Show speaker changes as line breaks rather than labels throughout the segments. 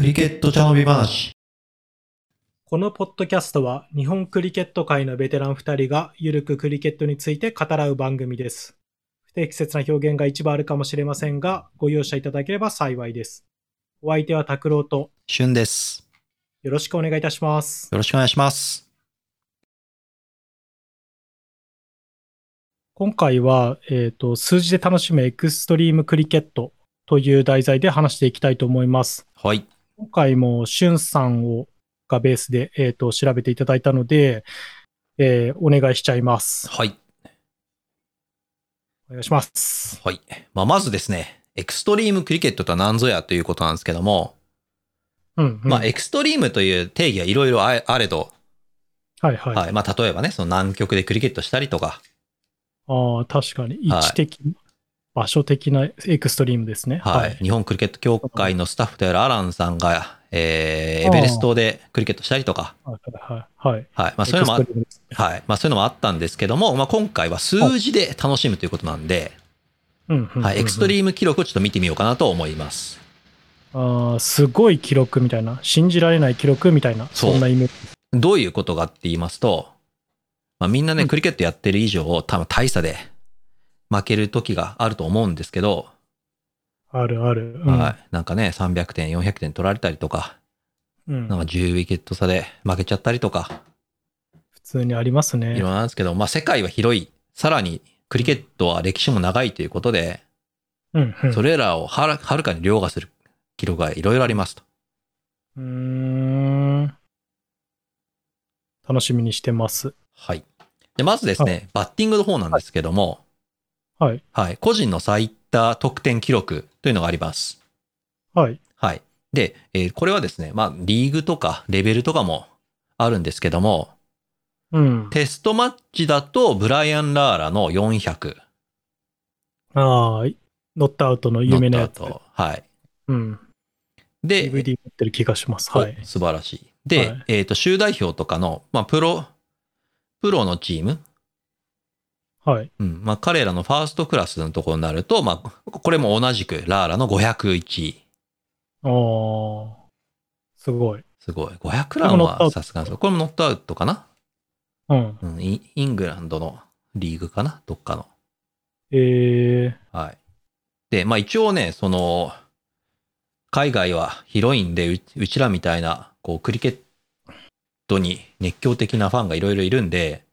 リケット茶飲み話。
このポッドキャストは日本クリケット界のベテラン2人がゆるくクリケットについて語らう番組です。不適切な表現が一部あるかもしれませんが、ご容赦いただければ幸いです。お相手は拓郎と
旬です。
よろしくお願いいたします。
よろしくお願いします。
今回は、えっ、と、数字で楽しむエクストリームクリケットという題材で話していきたいと思います。
はい。
今回もしゅんさんをがベースで、えっ、と、調べていただいたので、えーお願いしちゃいます。
はい。
お願いします。
はい。まあ、まずですね、エクストリームクリケットとは何ぞやということなんですけども、
うん、うん。
まあ、エクストリームという定義はいろいろああれど、
はいはい。
はい。まあ、例えばね、その南極でクリケットしたりとか、
ああ、確かに。位
はい
置的、場所的なエクストリームですね。
はい。日本クリケット協会のスタッフであるアランさんが、えー、エベレストでクリケットしたりとか、
はいはいはい。はい
はい。まあ、そういうのもあ
エクストリームです
はい。まあ、そういうのもあったんですけども、まあ、今回は数字で楽しむということなんで、
うんうんうんうん
はい。エクストリーム記録をちょっと見てみようかなと思います。
ああ、すごい記録みたいな。信じられない記録みたいな。
そう
そんなイメージ。
どういうことかって言いますと、まあ、みんな
う
ね、
ん
クリケットやってる以上、多分大差で負ける時があると思うんですけど、
あるある。うん
はい。なんかね、300点、400点取られたりとか、
うん
なんか10ウィケット差で負けちゃったりとか、
普通にあります
いろい
ね
ろ。なんですけど、まあ、世界は広い。さらに、クリケットは歴史も長いということで、
うんうん。
それらをはらはるかに凌駕する記録がいろいろありますと。
うーん。楽しみにしてます。
はい。で、まずですね、バッティングの方なんですけども、
はい。
はい。個人の最多得点記録というのがあります。
はい。
はい。で、えーこれはですね、まあ、リーグとかレベルとかもあるんですけども、
うん。
テストマッチだと、ブライアン・ラーラの400。
ああ、ノットアウトの有名なやつ
ノッ。トアウトはい。
うん。
で、
DVD 持ってる気がします。はい。
お素晴らしい。で、
はい
えっ、と、州代表とかの、まあ、プロ、プロのチーム、
はい。
うん、まあ、彼らのファーストクラスのところになると、まあ、これも同じく、ラーラの501位。
ああ、すごい。
すごい。500ラン
これもノットア
は
ウト
さすがにそうこれもノットアウトかな、
うん。
うん、インイングランドのリーグかなどっかの。
ええ
はい。で、まあ一応ね、その、海外は広いんで、ううちらみたいな、こう、クリケットに熱狂的なファンがいろいろいるんで、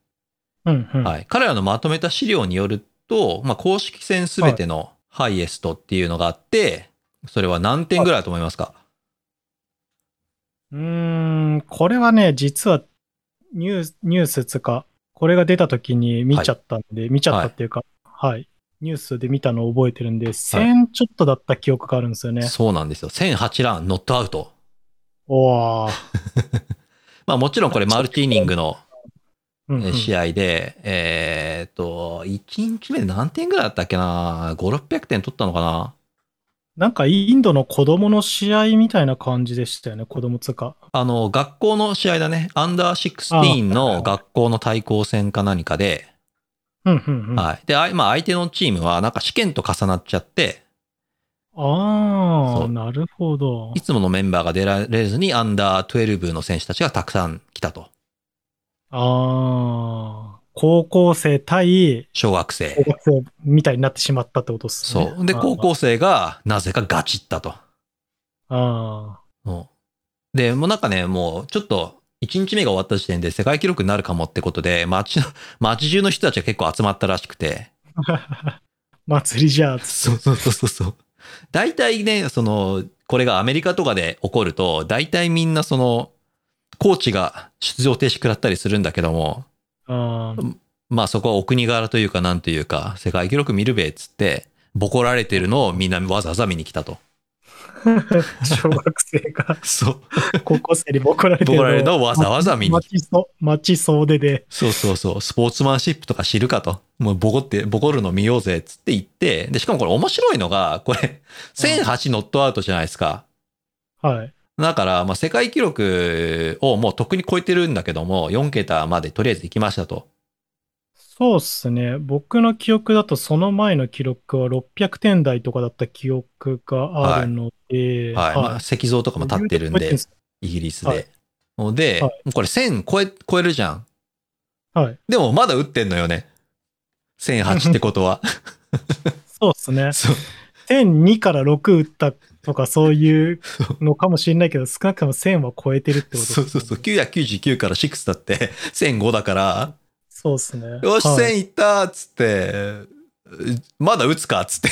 うんうん。
はい。彼らのまとめた資料によると、まあ公式戦すべてのハイエストっていうのがあって、それは何点ぐらいだと思いますか
うーん、これはね、実はニュース、ニュースつか、これが出た時に見ちゃったんで、見ちゃったっていうか、はい、ニュースで見たのを覚えてるんで、1000ちょっとだった記憶があるんですよね。
そうなんですよ。1008ラン、ノットアウト。
おー。
まあもちろんこれマルチイニングの
うんうん
試合で、えーっと、1日目で何点ぐらいだったっけな ?5、600点取ったのかな
なんかインドの子供の試合みたいな感じでしたよね、子供つか。
あの、学校の試合だね。アンダー16の学校の対抗戦か何かで、
うんうんうん。あ
はい。で、あいまあ相手のチームはなんか試験と重なっちゃって、
あ
そう
ー、なるほど
い。つものメンバーが出られずにアンダー12の選手たちがたくさん来たと。
ああ、高校生対
小学
高
生。
学生みたいになってしまったってことっすね。
そう。で、
あー
高。校生がなぜかガチったと。
あ
うんで、もうなんかね、もうちょっと、1日目が終わった時点で世界記録になるかもってことで、街の、街中の人たちが結構集まったらしくて。
あ。祭りじゃあ、つ
そうそうそうそうそう。大体ね、その、これがアメリカとかで起こると、大体みんなその、コーチが出場停止食らったりするんだけども、
あー
まあそこはお国柄というかなんというか、世界記録見るべっつって、ボコられてるのをみんなわざわざ見に来たと。
小学生が
そう。
高校生にボコられて
ボ
る
コられるのをわざわざ見 に来た
街そ街総出で。
そうそうそう、スポーツマンシップとか知るかと。もうボコって、ボコるの見ようぜっつって言って、で、しかもこれ面白いのが、これ、1008ノットアウトじゃないですか。
はい。
だから、まあ、世界記録をもうとっくに超えてるんだけども、4桁までとりあえず行きましたと。
そうっすね。僕の記憶だとその前の記録は600点台とかだった記憶があるの
はい
えー
まあ、
はい
石像とかも立ってるんで、イギリスで。
はい
ので、
は
もうこれ1000超え超えるじゃん。
はい。
でもまだ打ってんのよね。1008ってこと は。
そうですね。
そう
1002から6打ったとかそういうのかもしれないけど、少なくとも1000は超えてるってことです
そ
ね
うそうそう。999から6だって1005だ から、
そうですね。
よし、
はい
1000いったっつって、まだ打つかっつ って。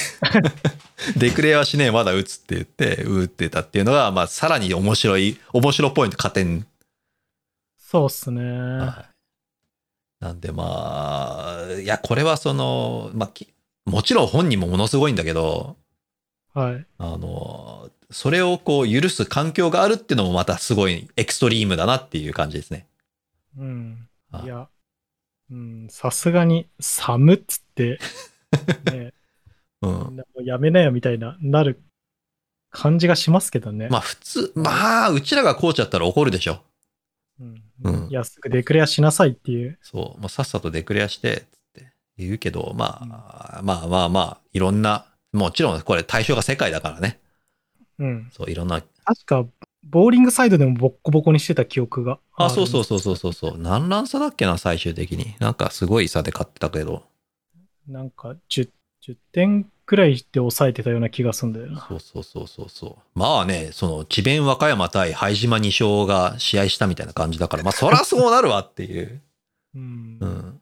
デクレアはしねえ、まだ打つって言って、打ってたっていうのが、まあ、さらに面白い、面白ポイント加点
そうっすね。
はい、なんでまあいやこれはその、まあ、きもちろん本人もものすごいんだけど
はい。
あのそれをこう許す環境があるっていうのもまたすごいエクストリームだなっていう感じですね。
うん。
はい
いや、うん、さすがに、寒っ つって、ね、
うん、
もうやめなよみたいな、なる感じがしますけどね。
まあ普通まあうちらがこうちゃったら怒るでしょ。
うん
うん
いや、すぐデクレアしなさいっていう。
そうもうさっさとデクレアしてって言うけど、まあ、まあまあまあいろんなもちろんこれ対象が世界だからね
うん。
そういろんな
確か、ボーリングサイドでもボッコボコにしてた記憶が
あ、そうそう
う。
そうそうそうそう。何乱差だっけな、最終的に。なんかすごい差で勝ってたけど。
なんか10、10点くらいで抑えてたような気がするんだよな。
そうそうそうそうそう。まあね、その、智弁和歌山対拝島二勝が試合したみたいな感じだから、まあそらそうなるわっていう。
うん。
うん。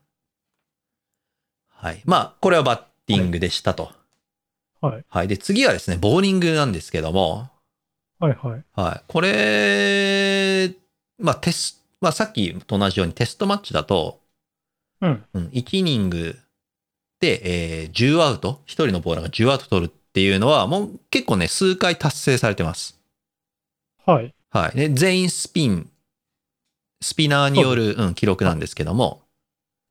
はい。まあ、これはバッティングでしたと。
はい。
はい。で、次はですね、ボーリングなんですけども、
はいはい。
はい。これ、まあテスまあさっきと同じようにテストマッチだと、
うん。
うん、1イニングで、えー10アウト、1人のボーラーが10アウト取るっていうのは、もう結構ね、数回達成されてます。
はい。
はい。で、全員スピン、スピナーによる、うん、記録なんですけども、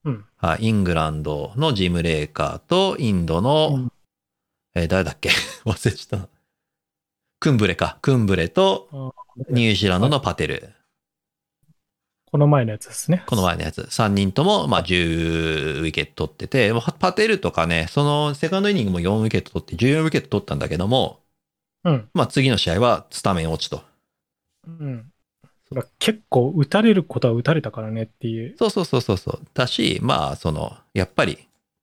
うん。
はい、イングランドのジム・レイカーと、インドの、
うん
えー誰だっけ 忘れちゃった。クンブレか。クンブレと、ニュージーランドのパテル。
この前のやつですね。
この前のやつ、3人とも、まあ、10ウィケット取ってて、まあパテルとかね、そのセカンドイニングも4ウィケット取って、14ウィケット取ったんだけども、
うん。
まあ、次の試合はスタメン落ちと。
うん。だから結構打たれることは打たれたからねっていう。
そうそうそうそうそう。だし、まあ、その、やっぱり、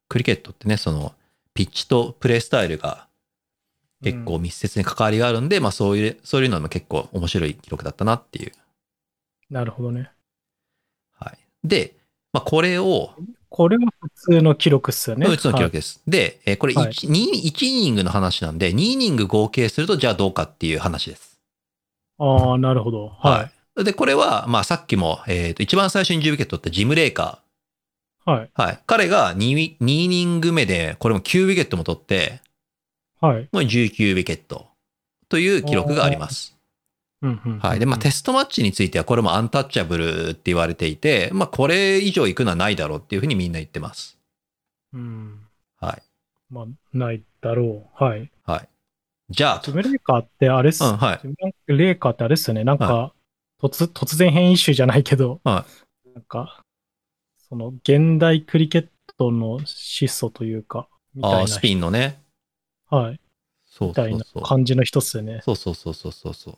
クリケットってね、その、ピッチとプレースタイルが結構
うん
密接に関わりがあるんで、まあ、そういう、そういうのも結構面白い記録だったなっていう。
なるほどね。
はい。で、まあ、これを、
これは普通の記録っすよね。
うちの記
はい
録です。で、えーこれ
はい
1、二一イニングの話なんで、2イニング合計するとじゃあどうかっていう話です。
ああ、なるほど。はい。
い。で、これは、まあさっきも、えっ、と、一番最初に10ウィケット取ったジム・レイカ
はい。
ー。はい。彼が 2, 2イニング目で、これも9ウィケットも取って、
はい。
もう19ウィケットという記録があります。
うんうん。
はい。で、まあテストマッチについては、これもアンタッチャブルって言われていて、まあこれ以上行くのはないだろうっていうふうにみんな言ってます。
うん。
はい。
まあ、ないだろう。はい。
はい。じゃあ
ジ
と、
ムレーカーってあれっす。
うんはい
ジムレーカーってあれっすよね。なんか、突突然変異種じゃないけど、
は
なんか、その現代クリケットの始祖というか、み
あ
た
あ
い
ー、スピンのね。
な、はい。
そ
み
うそ
たいうな
そう。
感じの人っすよね。
そうそうそうそうそうそう。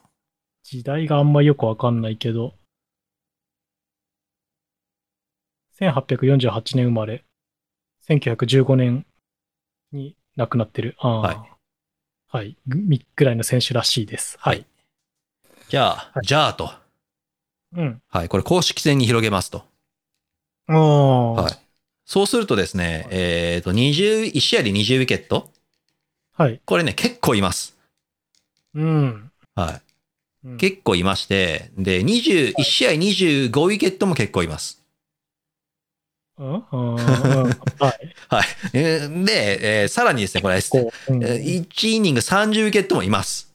時代があんまよくわかんないけど、1848年生まれ、1915年に亡くなってる。ああ
はい
はい。ぐみぐらいの選手らしいです。はい。
じゃあ、じゃあと。
うん。
はい。これ公式戦に広げますと。
ああ。
はい。そうするとですね、えっ、と、20、1試合で20ウィケット
はい。
これね、結構います。
うん。
はい。
うん
結構いまして、で、21試合25ウィケットも結構います。
うんうんうんはい。
はい。えーで、えーさらにですね、 これ、えー
こう。うんへ
1イニング30ウィケットもいます。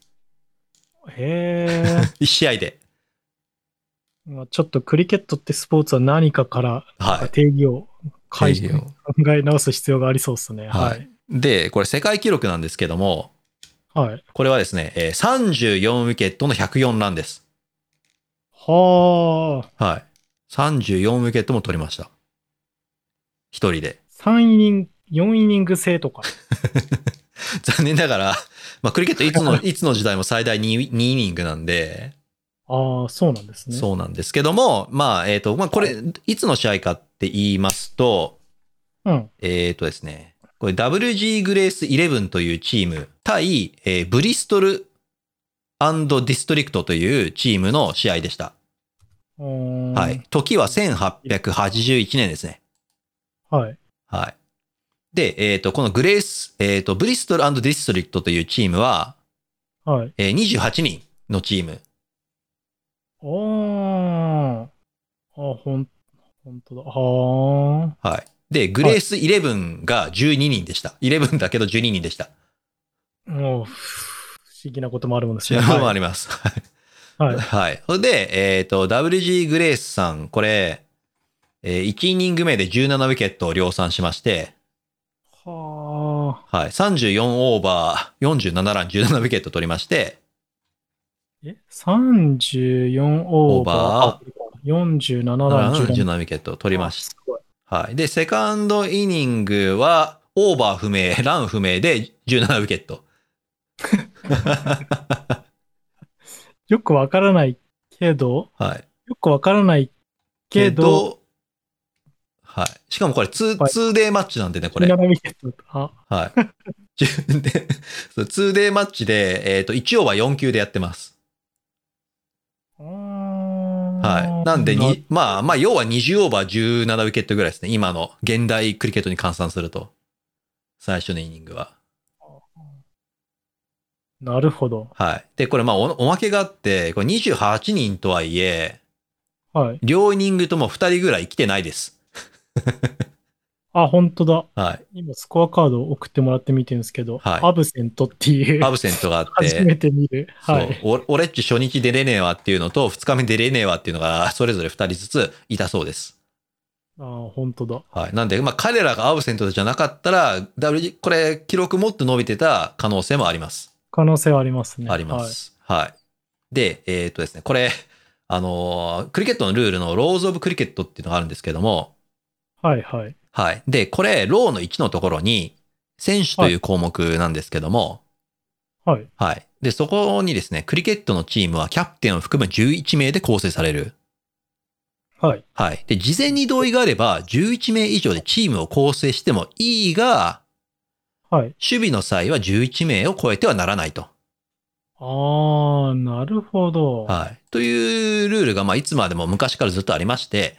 え。
1試合で。
まあちょっとクリケットってスポーツは何かから
はい。
定義を解
定義を
考え直す必要がありそうですね。
は
はいい。
で、これ世界記録なんですけども、
はい。
これはですね、えー34ウィケットの104ランです。
はあ。
はい。34ウィケットも取りました。一人で。
3イニング、4イニング制とか。
残念ながら、まあ、クリケットいつの、いつの時代も最大 2, 2イニングなんで、
ああ、そうなんですね。
そうなんですけども、まあ、えっ、と、まあ、これ、いつの試合かって言いますと、
うん。
えっ、とですね、これ WG グレース11というチーム対、えーブリストルディストリクトというチームの試合でした。
うーん
はい。。時は1881年ですね。
はい。
はい。で、えっ、と、このグレース、えっ、と、ブリストルディストリクトというチームは、
はい。
えー28人のチーム。
あーあ、ほん、ほんとだ。は
はい。で、グレース11が12人でした。11だけど12人でした。
あ。もう、ふ不思議なこともあるもんです
試
ね。
合もあ
はい。
ります。はい
は い。
はい。それで、えっ、と、WG グレースさん、これ、えー1イニング目で17ウィケットを量産しまして、
はあ。
はい。34オーバー、47ラン、17ウィケット取りまして、
え ?34 オーバー。47ラン
17
17
17ウィケットを取りまし
すごい。
た。はい。で、セカンドイニングは、オーバー不明、ラン不明で17ウィケット。
よくわからないけど、
はい。
よくわからないけど、、
はい。しかもこれ2、
はい
2デーマッチなんでね、これ。
17ミケット。あ、
はい。10で、そう 2day マッチで、えっ、と、1オーバー4球でやってます。は。
はい
なんでに、まあ、まあ、要は20オーバー17ウィケットぐらいですね。今の現代クリケットに換算すると。最初のイニングは。
なるほど。
はい。で、これ、まあお、おまけがあって、これ28人とはいえ、
はい。
両イニングとも2人ぐらい来てないです。
あ、本当だ。
はい。
今、スコアカードを送ってもらって見てるんですけど、
はい
アブセントっていう、
アブセントがあっ
初
て、
めて見る。は
そう
い。
お俺っち初日出れねえわっていうのと、2日目出れねえわっていうのが、それぞれ2人ずついたそうです。
あー、本当だ。
はい。なんで、まあ、彼らがアブセントじゃなかったら、WG、これ、記録もっと伸びてた可能性もあります。
可能性はありますね。
あります。はい。で、えっ、とですね、これ、あのークリケットのルールのローズ・オブ・クリケットっていうのがあるんですけども、
はい。はい、はい。
はい。で、これ、ローの1のところに、選手という項目なんですけども、
はい。
はい、で、そこにですね、クリケットのチームはキャプテンを含む11名で構成される。
はい。
はい。で、事前に同意があれば、11名以上でチームを構成してもいいが、
はい。
守備の際は11名を超えてはならないと。
あー、なるほど。は
はい。というルールが、まあ、いつまでも昔からずっとありまして、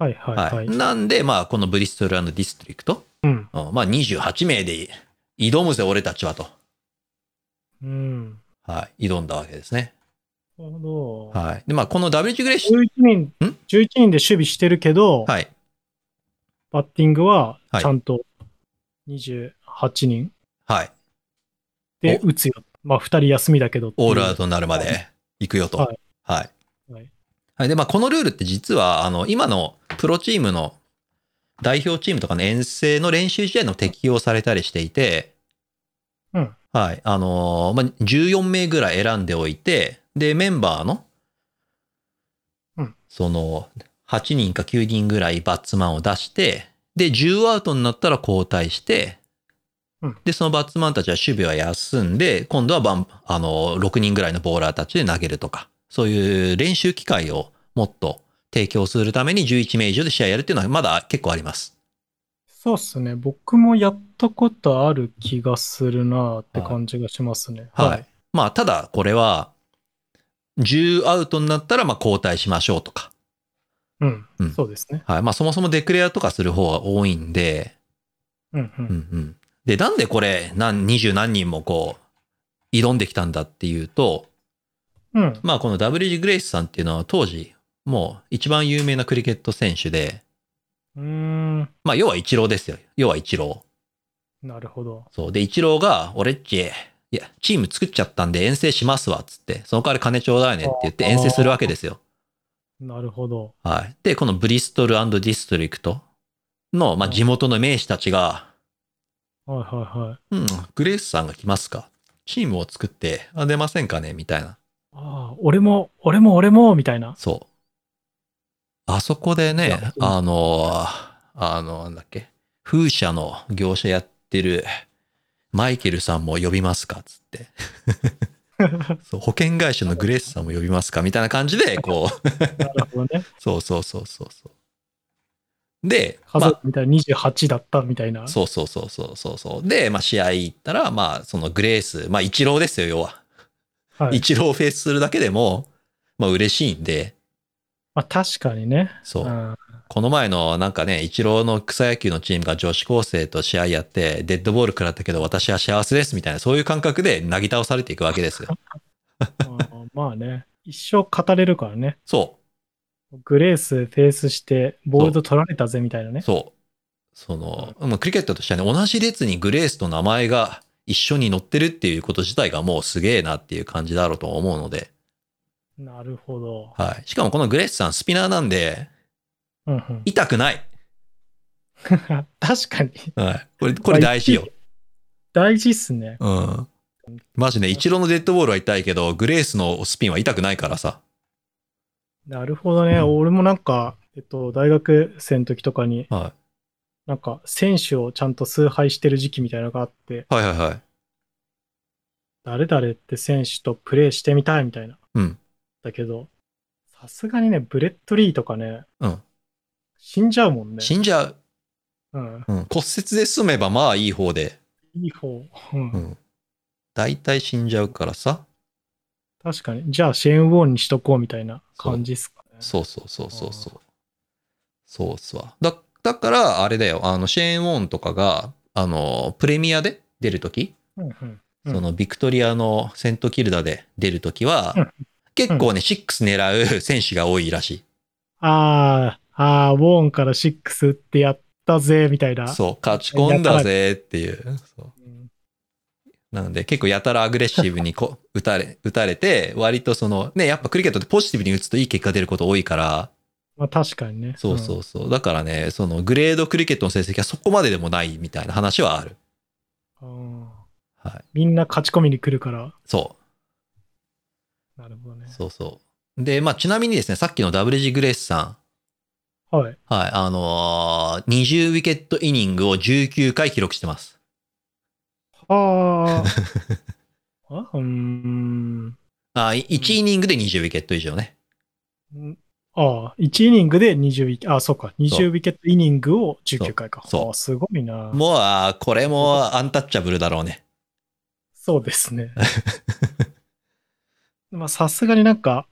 い、はい、
は。
はいい。
なんで、まあ、このブリストルディストリクト、
うん。
うんまあ、28名で挑むぜ、俺たちはと。
うん。
はい。挑んだわけですね。
なるほど。
はい。で、まあ、この WG グレーシ
11人
ん、
11人で守備してるけど、
はい。
バッティングは
はい
ちゃんと28人
はい。
で打つよ。まあ、2人休みだけどっていう
オールアウトになるまで行くよと。
は
はい
い。
はい。
はい
で、まあ、このルールって実は、あの、今のプロチームの代表チームとかの遠征の練習試合の適用されたりしていて、
うん
はい。あのーまあ、14名ぐらい選んでおいて、で、メンバーの、
うん
その、8人か9人ぐらいバッツマンを出して、で、10アウトになったら交代して、
うん
で、そのバッツマンたちは守備は休んで、今度はバン、あの、6人ぐらいのボーラーたちで投げるとか、そういう練習機会をもっと提供するために11名以上で試合やるっていうのはまだ結構あります。
そうっすね。僕もやったことある気がするなって感じがしますね。
はい。
はい。
まあ、ただ、これは、10アウトになったら、まあ、交代しましょうとか。
うん
うん。
そうですね。
はい。まあ、そもそもデクレアとかする方が多いんで、
うんう。
うんんうん。で、なんでこれ、何、二十何人もこう、挑んできたんだっていうと、
うん。
まあ、この WG グレイスさんっていうのは当時、もう一番有名なクリケット選手で、
うーん。
まあ、要はイチローですよ。要はイチロ
なるほど。
ー。そう。で、イチローが、俺っち、いや、チーム作っちゃったんで遠征しますわ、つって、その代わり金ちょうだいねって言って遠征するわけですよ。
なるほど。
はい。で、このブリストルディストリクトの、まあ、地元の名士たちが、
はいはいはい。
うん、グレイスさんが来ますかチームを作って、あ出ませんかねみたいな。
ああ、俺も、俺も、俺も、みたいな。
そう。あそこで
い
ね
や、
あの、あの、なんだっけ、風車の業者やってる、マイケルさんも呼びますかつ って。そう保険会社のグレースさんも呼びますかみたいな感じ で、こう、
なる ほどね。
そうそうそうそうそう。で、
家
ま
族みたいな28だったみたいな。
あ、そうそうそうそうそうそう。で、まあ試合行ったら、まあそのグレース、まあ一郎ですよ、要は。
はい。
一郎をフェイスするだけでも、まあ嬉しいんで、
まあ確かにね。
そう。
ん
この前のなんかね、イチローの草野球のチームが女子高生と試合やって、デッドボール食らったけど私は幸せですみたいな、そういう感覚でなぎ倒されていくわけですよ。
うんまあね。一生語れるからね。
そ
グレース、フェイスして、ボールド取られたぜみたいな
う、
ね。
そう。その、まあクリケットとしてはね、同じ列にグレースと名前が一緒に載ってるっていうこと自体がもうすげえなっていう感じだろうと思うので、
なるほど。
はい。しかもこのグレースさんスピナーなんで、
うんうん、
痛くない。
確かに。
はい。これ、これ大事 よ。
大事っすね。
うん。マジね、イチローのデッドボールは痛いけど、グレースのスピンは痛くないからさ。
なるほどね。
うん
俺もなんか、えっと、大学生の時とかに、
は
なんか、選手をちゃんと崇拝してる時期みたいなのがあって、
い。はいはいはい。
誰々って選手とプレーしてみたいみたいな。
うん
だけど、さすがにね、ブレッドリーとかね、
うん
死んじゃうもんね。
死んじゃう。
うん。
うん、骨折で済めばまあいい方で、
いい方。うん
うん、大体死んじゃうからさ
確かに。じゃあ、シェーン・ウォーンにしとこうみたいな感じっすかね。
そうそうそうそうそうそうっすわだだからあれだよあのシェーン・ウォンとかがあのプレミアで出る時
うんうんうん
そのビクトリアのセントキルダで出る時は、
うん
結構ね、シックス狙う選手が多いらし
ああ、ああ、ウォーンから6ってやったぜ、みたい
い。
な。
そう、勝ち込んだぜっていう。そう
うん。
なので、結構やたらアグレッシブにこ 打たれ、打たれて、割とその、ね、やっぱクリケットってポジティブに打つといい結果出ること多いから、
まあ確かにね。
そうそうそう。だからね、そのグレードクリケットの成績はそこまででもないみたいな話はある。
うん。あー
はい
みんな勝ち込みに来るから。
そ
なるほどね
う。。そうそう。で、まあちなみにですね、さっきの WG グレースさ
はい。
ん。はい。あのー20ウィケットイニングを19回記録してます。
あ あ。あうーん。
あー、1イニングで20ウィケット以上ね。
ああ、1イニングで20ウィあ、そうか。
そう
20ウィケットイニングを19回か。
そう
あーすごいな。
もう、あーこれもアンタッチャブルだろうね。
そうですね。 まあさすがになんか、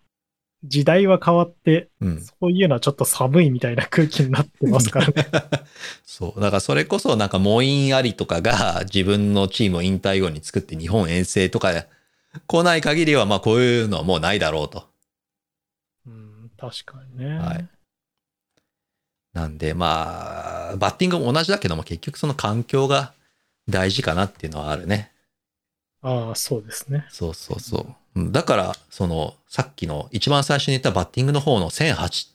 時代は変わって、
うん。
そういうのはちょっと寒いみたいな空気になってますからね。
そう。だからそれこそなんかモインアリとかが 自分のチームを引退後に作って日本遠征とか来ない限りはまあこういうのはもうないだろうと。
うん、確かにね。
はいなんで、まあ、バッティングも同じだけども、結局その環境が大事かなっていうのはあるね。
ああ、そうですね。
そうそうそううん。だから、その、さっきの一番最初に言ったバッティングの方の1008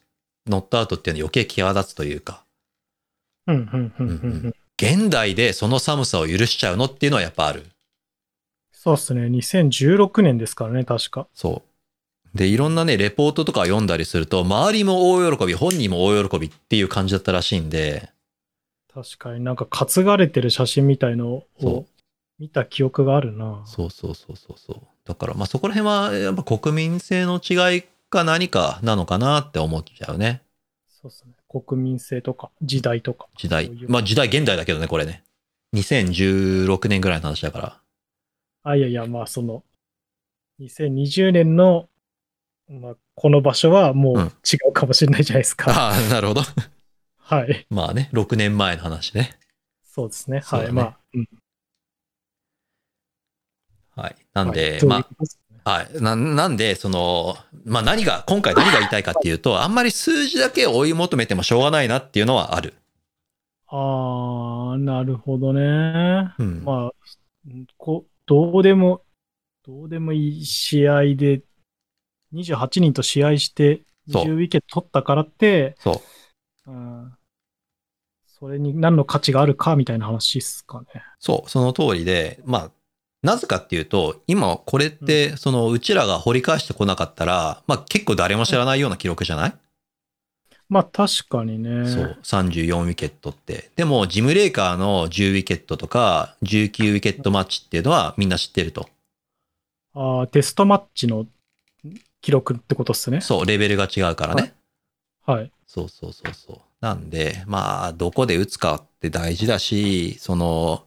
ノットアウトっていうのは余計際立つというか、
うん、うん、うん、うん
うんう
うん
ん。現代でその寒さを許しちゃうのっていうのはやっぱある。
そうですね。2016年ですからね、確か。
そう。で、いろんなね、レポートとか読んだりすると、周りも大喜び、本人も大喜びっていう感じだったらしいんで、
確かになんか担がれてる写真みたいの
そう
を見た記憶があるな。
そうそうそうそうそう。だからまあそこら辺はやっぱ国民性の違いか何かなのかなって思っちゃうね。
そうですね。国民性とか時代とか。
時代
そうい。う
まあ時代現代だけどね、これね。2016年ぐらいの話だ から。
あ、いやいや、まあその、2020年の、まあこの場所はもう
うん
違うかもしれないじゃないですか。
ああ、なるほど。
は い。
まあね、6年前の話ね。
そうですね。
そう
は
だ
い。
ね
まあ、うん。
はい。なん
は
で
い、という
ま
ことですね
あ、はい。ななんで、その、まあ何が、今回何が言いたいかっていうと、あんまり数字だけ追い求めてもしょうがないなっていうのはある。
あー、なるほどね。
うん。
まあ、うんこうどうでも、どうでもいい試合で、28人と試合して、
そう
20ウィケット取ったからって、
そう。
うん、それに何の価値があるかみたいな話っすかね。
そう、その通りで、まあ、なぜかっていうと、今これって、そのうちらが掘り返してこなかったら、まあ結構誰も知らないような記録じゃない
まあ確かにね。
そう。、34ウィケットって。でも、ジムレーカーの10ウィケットとか、19ウィケットマッチっていうのはみんな知ってると。
ああ、テストマッチの記録ってことっすね。
そう、レベルが違うから
は
ね。
はい。
そうそうそうそう。なんで、まあ、どこで打つかって大事だし、その、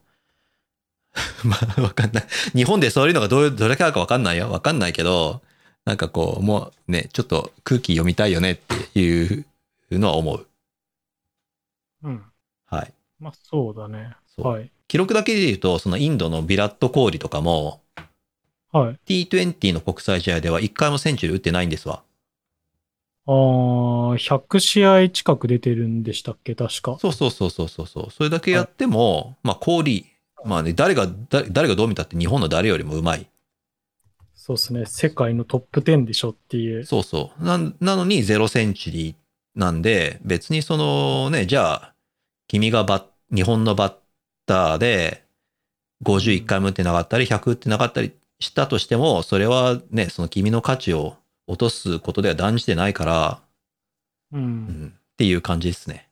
まあ、わかんない。日本でそういうのがどれどれだけあるかわかんないよ。わかんないけど、なんかこう、もうね、ちょっと空気読みたいよねっていうのは思う。
うん。
はい。
まあそうだね。
そう
はい。
記録だけで言うと、そのインドのビラット・コーリとかも、
はい。
T20 の国際試合では1回もセンチュリー打ってないんですわ。
ああ、100試合近く出てるんでしたっけ確か。
そうそうそうそうそうそう。それだけやっても、まあ、コーリー、まあね、誰が、誰誰がどう見たって日本の誰よりもうまい。
そうですね。世界のトップ10でしょっていう。
そうそう。なんなのにゼロセンチュリーなんで、別にそのね、じゃあ、君がバッ日本のバッターで、51回も打ってなかったり、100打ってなかったりしたとしても、それはね、その君の価値を落とすことでは断じてないから、
う。
うんん、っていう感じですね。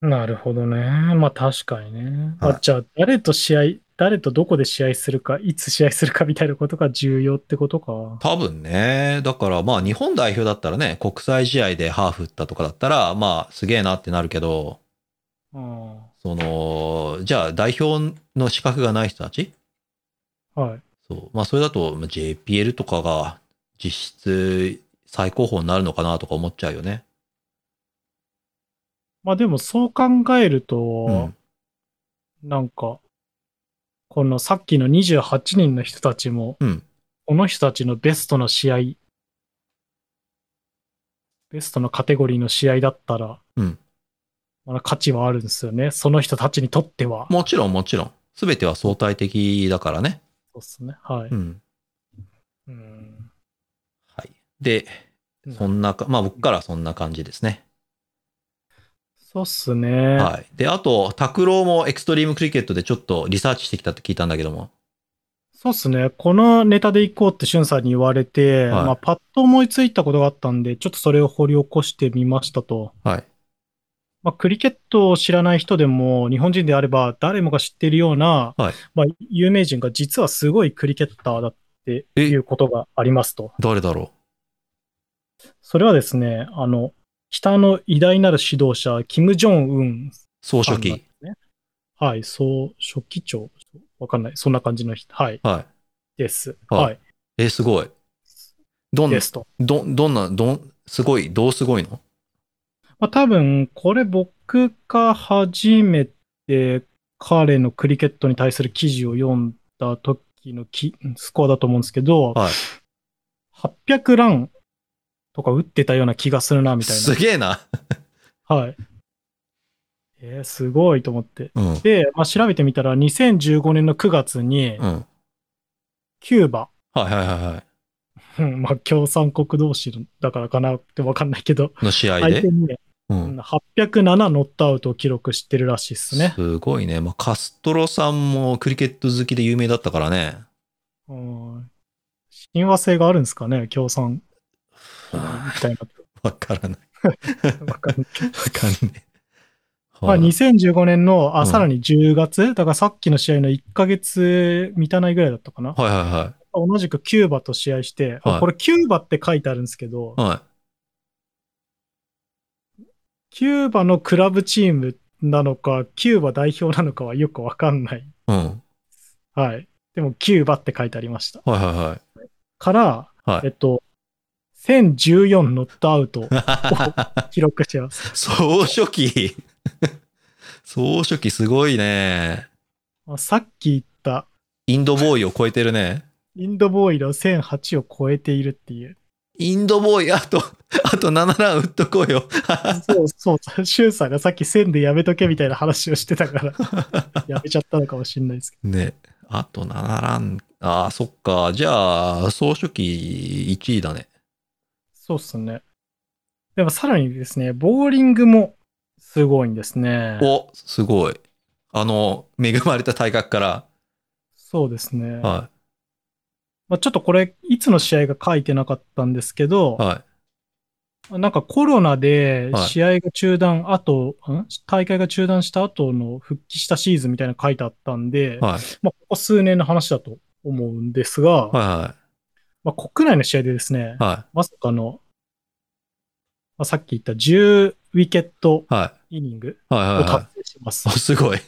なるほどね。まあ確かにね。
はい
あじゃあ、誰と試合、誰とどこで試合するか、いつ試合するかみたいなことが重要ってことか。
多分ね、だからまあ日本代表だったらね、国際試合でハーフ打ったとかだったら、まあすげえなってなるけど、
うん。
その、じゃあ代表の資格がない人たち
はい。
そう。まあ、それだとまあ JPL とかが実質最高峰になるのかなとか思っちゃうよね。
まあでもそう考える
う
と
ん、。
なんか、このさっきの28人の人たちも、
うん。
この人たちのベストの試合、ベストのカテゴリーの試合だったら、
うん
まだ価値はあるんですよね。その人たちにとっては。
もちろん、もちろん。すべては相対的だからね。
そうですね。はい。
うん。
うん
はい。で、そんなか、まあ、僕からはそんな感じですね。
そうっすね。
はい。で、あと、拓郎もエクストリームクリケットでちょっとリサーチしてきたって聞いたんだけども。
そうっすね。このネタで行こうってしゅんさんに言われて、
はい
まあ、パッと思いついたことがあったんで、ちょっとそれを掘り起こしてみましたと。
はい。
まあ、クリケットを知らない人でも、日本人であれば誰もが知っているような、
はい
まあ、有名人が実はすごいクリケッターだっていうことがありますと。
誰だろ
それはですね、あの、北の偉大なる指導者、キム・ジョンウン
う総
さん
書
なんです
記。
ね。はい、総書記長、わかんない、そんな感じの人、はい、
はい。
です。
はい
はい、
え、すごい。どん
で、すと。
ど、どんな、どん、すごい、どうすごいの
まあ、多分、これ僕が初めて彼のクリケットに対する記事を読んだ時のきスコアだと思うんですけど、
はい
800ランとか打ってたような気がするな、みたい
すげえ な。
な。はい。えー、すごいと思って。
うん。
で、まあ、調べてみたら、2015年の9月に
う、ん。
キューバ、
はいはいはいは
うんまあ、共産国同士のだからかなってわかんないけど、
い。の試合
相
で
手。にね、
うん。
807ノットアウトを記録してるらしいですね。
ごいね。まあ、カストロさんもクリケット好きで有名だったからね。
うん親和性があるんですかね、共産み
わ
たい な。
からない。
わかんない
わかんない。
まあ、
はい
2015年の、
う
あ、
ん
さらに10月、だからさっきの試合の1ヶ月満たないぐらいだったかな。
はいは
同じくキューバと試合して、
はい
あこれキューバって書いてあるんですけど
い、はい。は
キューバのクラブチームなのか、キューバ代表なのかはよくわかんない。
い。うん。
はい。でも、キューバって書いてありました。
はいはいはい。
から、
は
え
い。
っと、1014ノットアウトを記録してます。
総書 記。総書記すごいね。
まあさっき言った、
インドボーイを超えてるね。
インドボーイの1008を超えているっていう。
インドボーイ、あと、あと7ラン打っとこうよ。
そうそう、シュンさんがさっき1000でやめとけみたいな話をして たから、やめちゃったのかもしれないですけ
ね。あと7ラン。ああ、そっか。じゃあ、総書記1位だね。
ど。そうっすね。でもさらにですね、ボーリングもすごいんですね。
お、すごい。あの、恵まれた体格から。
そうですね。
は
まあ、ちょっとこれ、いつの試合が書いてなかったんですけど
い。、はい。
なんかコロナで
はい
試合が中断、あと、ん大会が中断した後の復帰したシーズンみたいなの書いてあったんで、
はい。
まあ、ここ数年の話だと思うんですが、
は
まあ、国内の試合でですね
い、はい。は
まさかの、まあ、さっき言った10ウィケット
い。はい。
イニング
はいは
を
いはい
達。成します
お。すごい。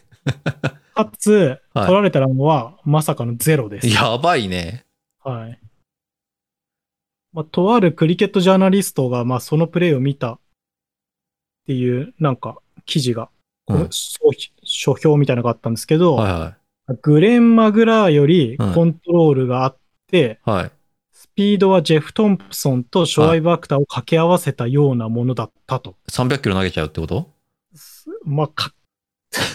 かつ、
はい
取られたランはまさかのゼロです。
やばいね。
はい。まあ、とあるクリケットジャーナリストが、まあ、そのプレーを見たっていう、なんか、記事が、
うん
こうそう書評みたいなのがあったんですけど、
はいは
グレン・マグラーより
うん
コントロールがあって、
い。はい。
スピードはジェフ・トンプソンとショワイバクターを掛け合わせたようなものだったと。
300キロ投げちゃうってこと
まあ、か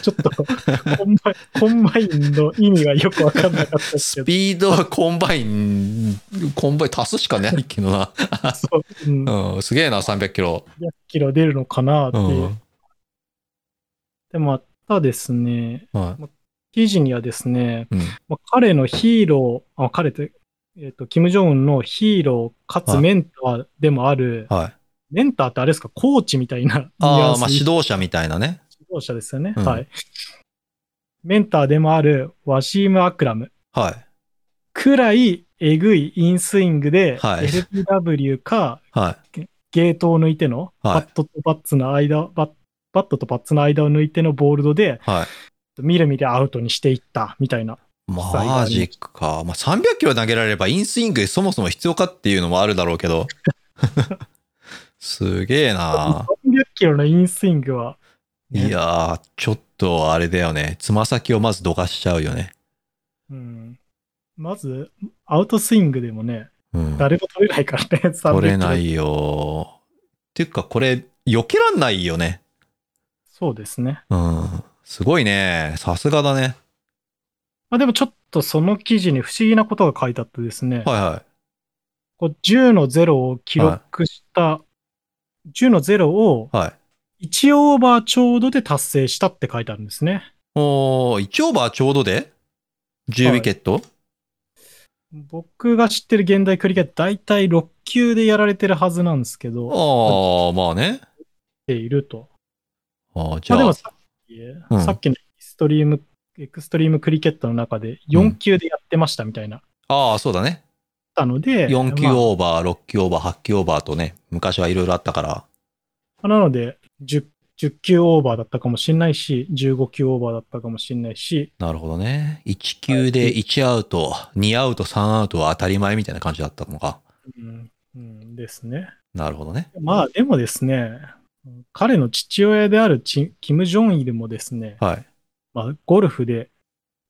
ちょ っと、コンバインコンバインの意味がよくわかんなかったですけ
ス
ど、
ピードはコンバイン、コンバイン足すしかないけどな。
そう、うん、
うん、すげえな、300キロ。
100キロ出るのかなって
う
いう。
ん。
でも、ただですね、
はい。
記事にはですね、
うん。
まあ、彼のヒーロー、あ彼って、えっ、と、キム・ジョンウンのヒーローかつ
はい
メンターでもある、
はい。
メンターってあれですか、コーチみたいなニュア
あ
ン
あ、
ス
まあ指導者みたいなね。
指導者ですよね、
うん
はい。メンターでもあるワシーム・アクラム
はい。
くらいえぐいインスイングで、
はい
LPW か
は
ゲートを抜いての、
はい
バットとバッツの間、バッバットとバッツの間を抜いてのボールドで、
い。はい。
みるみるアウトにしていったみたいな。
マジか。まあ、300キロ投げられればインスイングそもそも必要かっていうのもあるだろうけど。すげえな。
300キロのインスイングは、
いやー、ちょっとあれだよね。つま先をまずどかしちゃうよね。
うん、まず、アウトスイングでもね、
うん。
誰も取れないからね、300キロ
取れな。いよ。っていうか、これ、避けらんないよね。
そうですね。
うん。すごいね。さすがだね。
まあ、でもちょっとその記事に不思議なことが書いてあってですね、
はいは
こう10の0を記録した、10の0を
い。はい。
1オーバーちょうどで達成したって書いてあるんですね。
おー、1オーバーちょうどで ?10
はい
ウィケット、
僕が知ってる現代クリケット、大体6球でやられてるはずなんですけど、やっ
ああ、まあね。
ていると。
あーじ
ま
ゃ
あ
あ、
でもさっき、
うん
さっきのエクストリーム、エクストリームクリケットの中で4球でやってましたみたいな。
ああ、そうだね。
たので、
4球
まあ
オーバー、6球オーバー、8球オーバーとね、昔はいろいろあったから。
なので10、10球オーバーだったかもしれないし、15球オーバーだったかもしれないし、
なるほどね。1球で1アウト、2アウト、3アウトは当たり前みたいな感じだったのか。
うんうんですね。
なるほどね。
まあでもですね、彼の父親であるチキム・ジョンイルもですね、
はい。
まあ、ゴルフで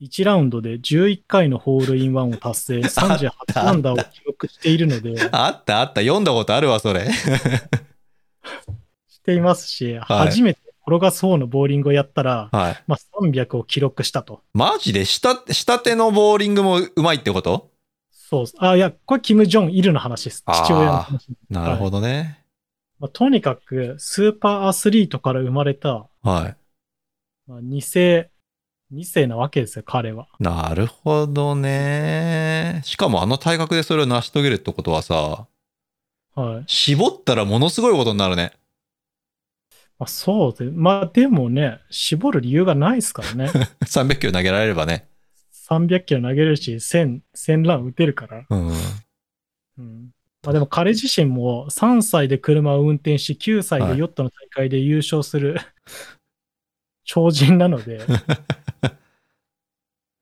1ラウンドで11回のホールインワンを達 成、38アンダーを記録しているので、
あったあった。読んだことあるわ、それ。
していますし、
はい
初めて転がそうのボーリングをやったら、
はい。
まあ、300を記録したと。
マジで下、下手のボーリングもうまいってこと
そうっすあ、いや、これ、キム・ジョンイルの話です。
あー
父親の話。
なるほどね。
まあ、とにかく、スーパーアスリートから生まれた、
はい。
まあ、二世、二世なわけですよ、彼は。
なるほどね。しかもあの体格でそれを成し遂げるってことはさ、
はい。
絞ったらものすごいことになるね。
まあ、そうで、まあ、でもね、絞る理由がないですから ね。
300キロ投げられればね。
300キロ投げれるし、1000、1000ラン打てるから。
うん。
うん。まあ、でも彼自身も3歳で車を運転し、9歳でヨットの大会で優勝する、 超人な ので、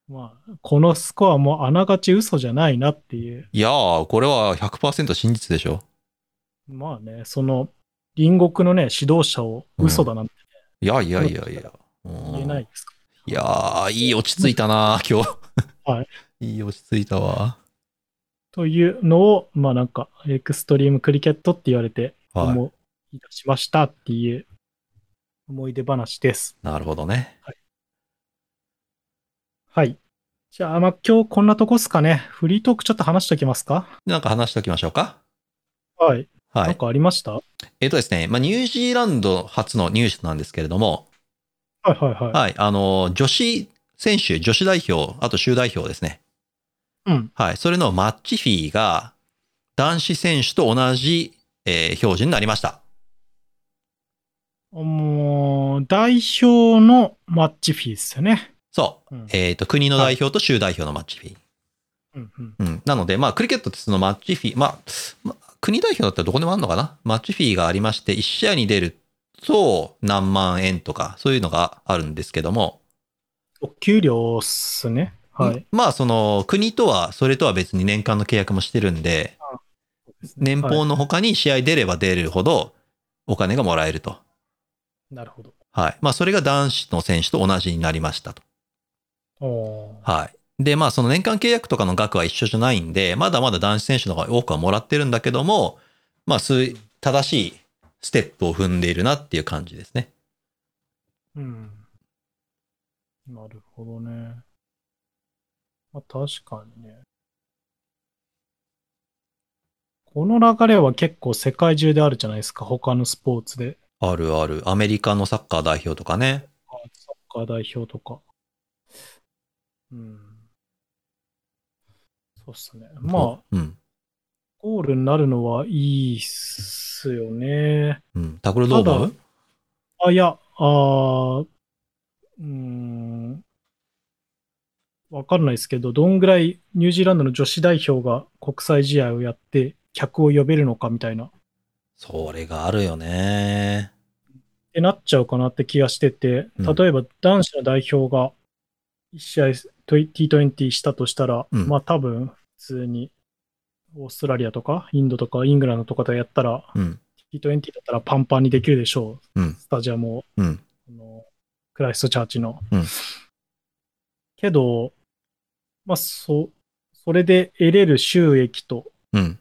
まあ、このスコアもあながち嘘じゃないなっていう。
いやー、これは100%真実でしょ。
まあね、その、隣国のね、指導者を嘘だなんて
いやいやいやいや。うん
言えないですか。
いやー、いい落ち着いたなー、今日。。
はい
いい落ち着いたわ。
というのを、まあなんか、エクストリームクリケットって言われて、
はい。
思い出しましたっていう思い出話です。
なるほどね。
はい。じゃあ、まあ今日こんなとこっすかね。フリートークちょっと話しときますか
なんか話しておきましょうか。
はい。
は
なん
い。
かありましたはい
えっ、とですね、まあ、ニュージーランド初のニュースなんですけれども、
はいはい。
はい、あの、女子選手、女子代表、あと州代表ですね。
うん。
はい、それのマッチフィーが、男子選手と同じえー表示になりました。
もう、代表のマッチフィーですよね。
そう。
うん
えっ、と、国の代表と州代表のマッチフィー。
うんうん
うん。なので、まあ、クリケットってそのマッチフィー、まあ、まあ国代表だったらどこでもあるのかなマッチフィーがありまして、1試合に出ると何万円とか、そういうのがあるんですけども、
お給料っすね。はい。
まあ、その、国とは、それとは別に年間の契約もしてるんで、年俸
は
の他に試合出れば出るほど、お金がもらえると。
いなるほど。
はい。まあ、それが男子の選手と同じになりましたと。
おー
はい。で、まあ、その年間契約とかの額は一緒じゃないんで、まだまだ男子選手の方が多くはもらってるんだけども、まあ、す正しいステップを踏んでいるなっていう感じですね。
うん。なるほどね。まあ、確かにね。この流れは結構世界中であるじゃないですか。他のスポーツで。
あるある。アメリカのサッカー代表とかね。
サッカー代表とか。うん。そうっすね。まあ、
あ。うん。
ゴールになるのはいいっすよね。
うん。タクルどう思う
あ、いや、あーうーん。わかんないですけど、どんぐらいニュージーランドの女子代表が国際試合をやって客を呼べるのかみたいな、っ
それがあるよね。
てなっちゃうかなって気がしてて、
うん
例えば男子の代表が1試合 T20 したとしたら、
うん
まあ多分普通にオーストラリアとかインドとかイングランドとかでやったら、
うん。
T20 だったらパンパンにできるでしょう、
うん
スタジアムを。
うん。
あのクライストチャーチの。
うん
けど、まあ、そ、それで得れる収益と、
うん。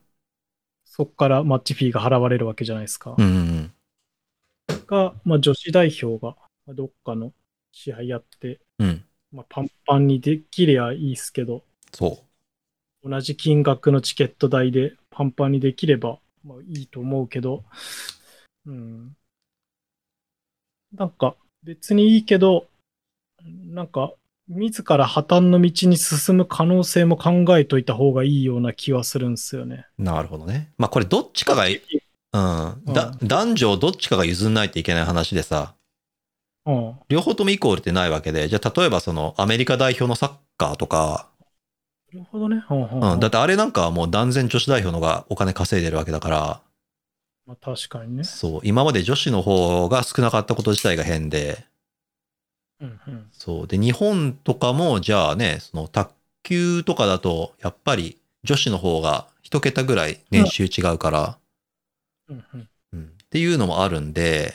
そこからマッチフィーが払われるわけじゃないですか。
うん。うん。
が、まあ、女子代表が、まあどっかの試合やって、
うん。
まあ、パンパンにできりゃいいですけど、
そう。
同じ金額のチケット代でパンパンにできれば、まあ、いいと思うけど、うん。なんか、別にいいけど、なんか、自ら破綻の道に進む可能性も考えといた方がいいような気はするんですよね。
なるほどね。まあこれどっちかが、うん、だ男女どっちかが譲んないといけない話でさ、
うん。
両方ともイコールってないわけで、じゃあ例えばそのアメリカ代表のサッカーとか、
なるほどね。うん、うん
うん、だっ
ま
てあれなんかはもう断然女子代表の方がお金稼いでるわけだから、
あ、確かにね。
そう、今まで女子の方が少なかったこと自体が変で、
うん、うん。
そう、で、日本とかもじゃあね、その卓球とかだと、やっぱり女子の方が一桁ぐらい年収違うから、
うん、うん。
うん、っていうのもあるんで、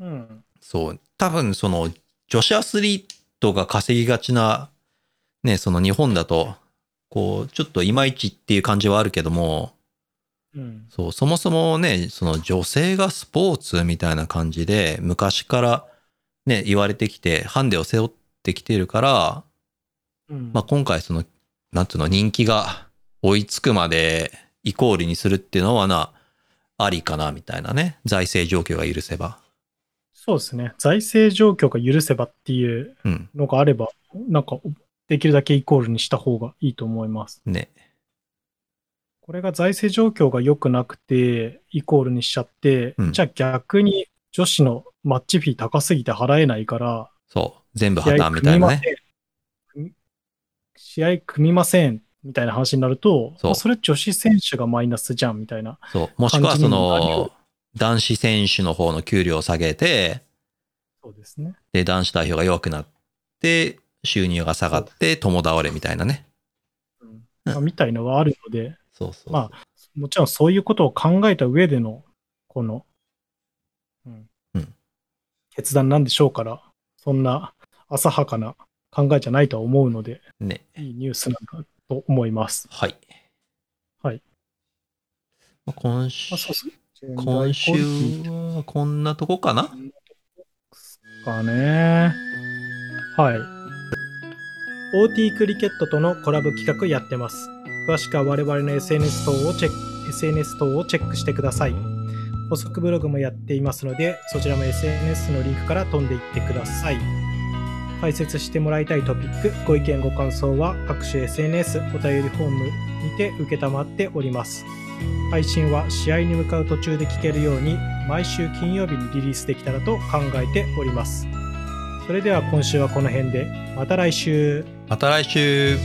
うん。
そう、多分その女子アスリートが稼ぎがちな、ね、その日本だと、こう、ちょっといまいちっていう感じはあるけども、
うん。
そう、そもそもね、その女性がスポーツみたいな感じで、昔からね、言われてきて、ハンデを背負ってきてるから、
うん
まあ、今回その、なんつうの、人気が追いつくまでイコールにするっていうのはな、ありかな、みたいなね。財政状況が許せば。
そうですね。財政状況が許せばっていう
うん。
のがあれば、なんか、できるだけイコールにした方がいいと思います。
ね。
これが財政状況が良くなくて、イコールにしちゃって、
うん
じゃあ逆に女子のマッチフィー高すぎて払えないから、
そう。全部破
試合
綻みた
組み
いな
ませ
ね
ん。。組試合組みませんみたいな話になると、
そう
まあそれ女子選手がマイナスじゃんみたいな。
そう。もしくは
感
そ
じにもなる
の
よ、
男子選手の方の給料を下げて、
そうですね。
で、男子代表が弱くなって、収入が下がって、共倒れみたいなね。
うんまあ、みたいのはあるので、
そうそう。
まあ、もちろんそういうことを考えた上での、この、うん
うん
決断なんでしょうから、そんな浅はかな考えじゃないとは思うので、
ね。
いいニュースなんだと思います。
はい。
はい。
まあ、今週
まあ、、そうです
今週はこんなとこかな
かね。はい。OT クリケットとのコラボ企画やってます。詳しくは我々の SNS 等をチェック SNS 等をチェックしてください。補足ブログもやっていますので、そちらも SNS のリンクから飛んでいってください。解説してもらいたいトピック、ご意見ご感想は各種 SNS お便りフォームにて承っております。配信は試合に向かう途中で聞けるように毎週金曜日にリリースできたらと考えておりますそれでは今週はこの辺でまた来週
また来週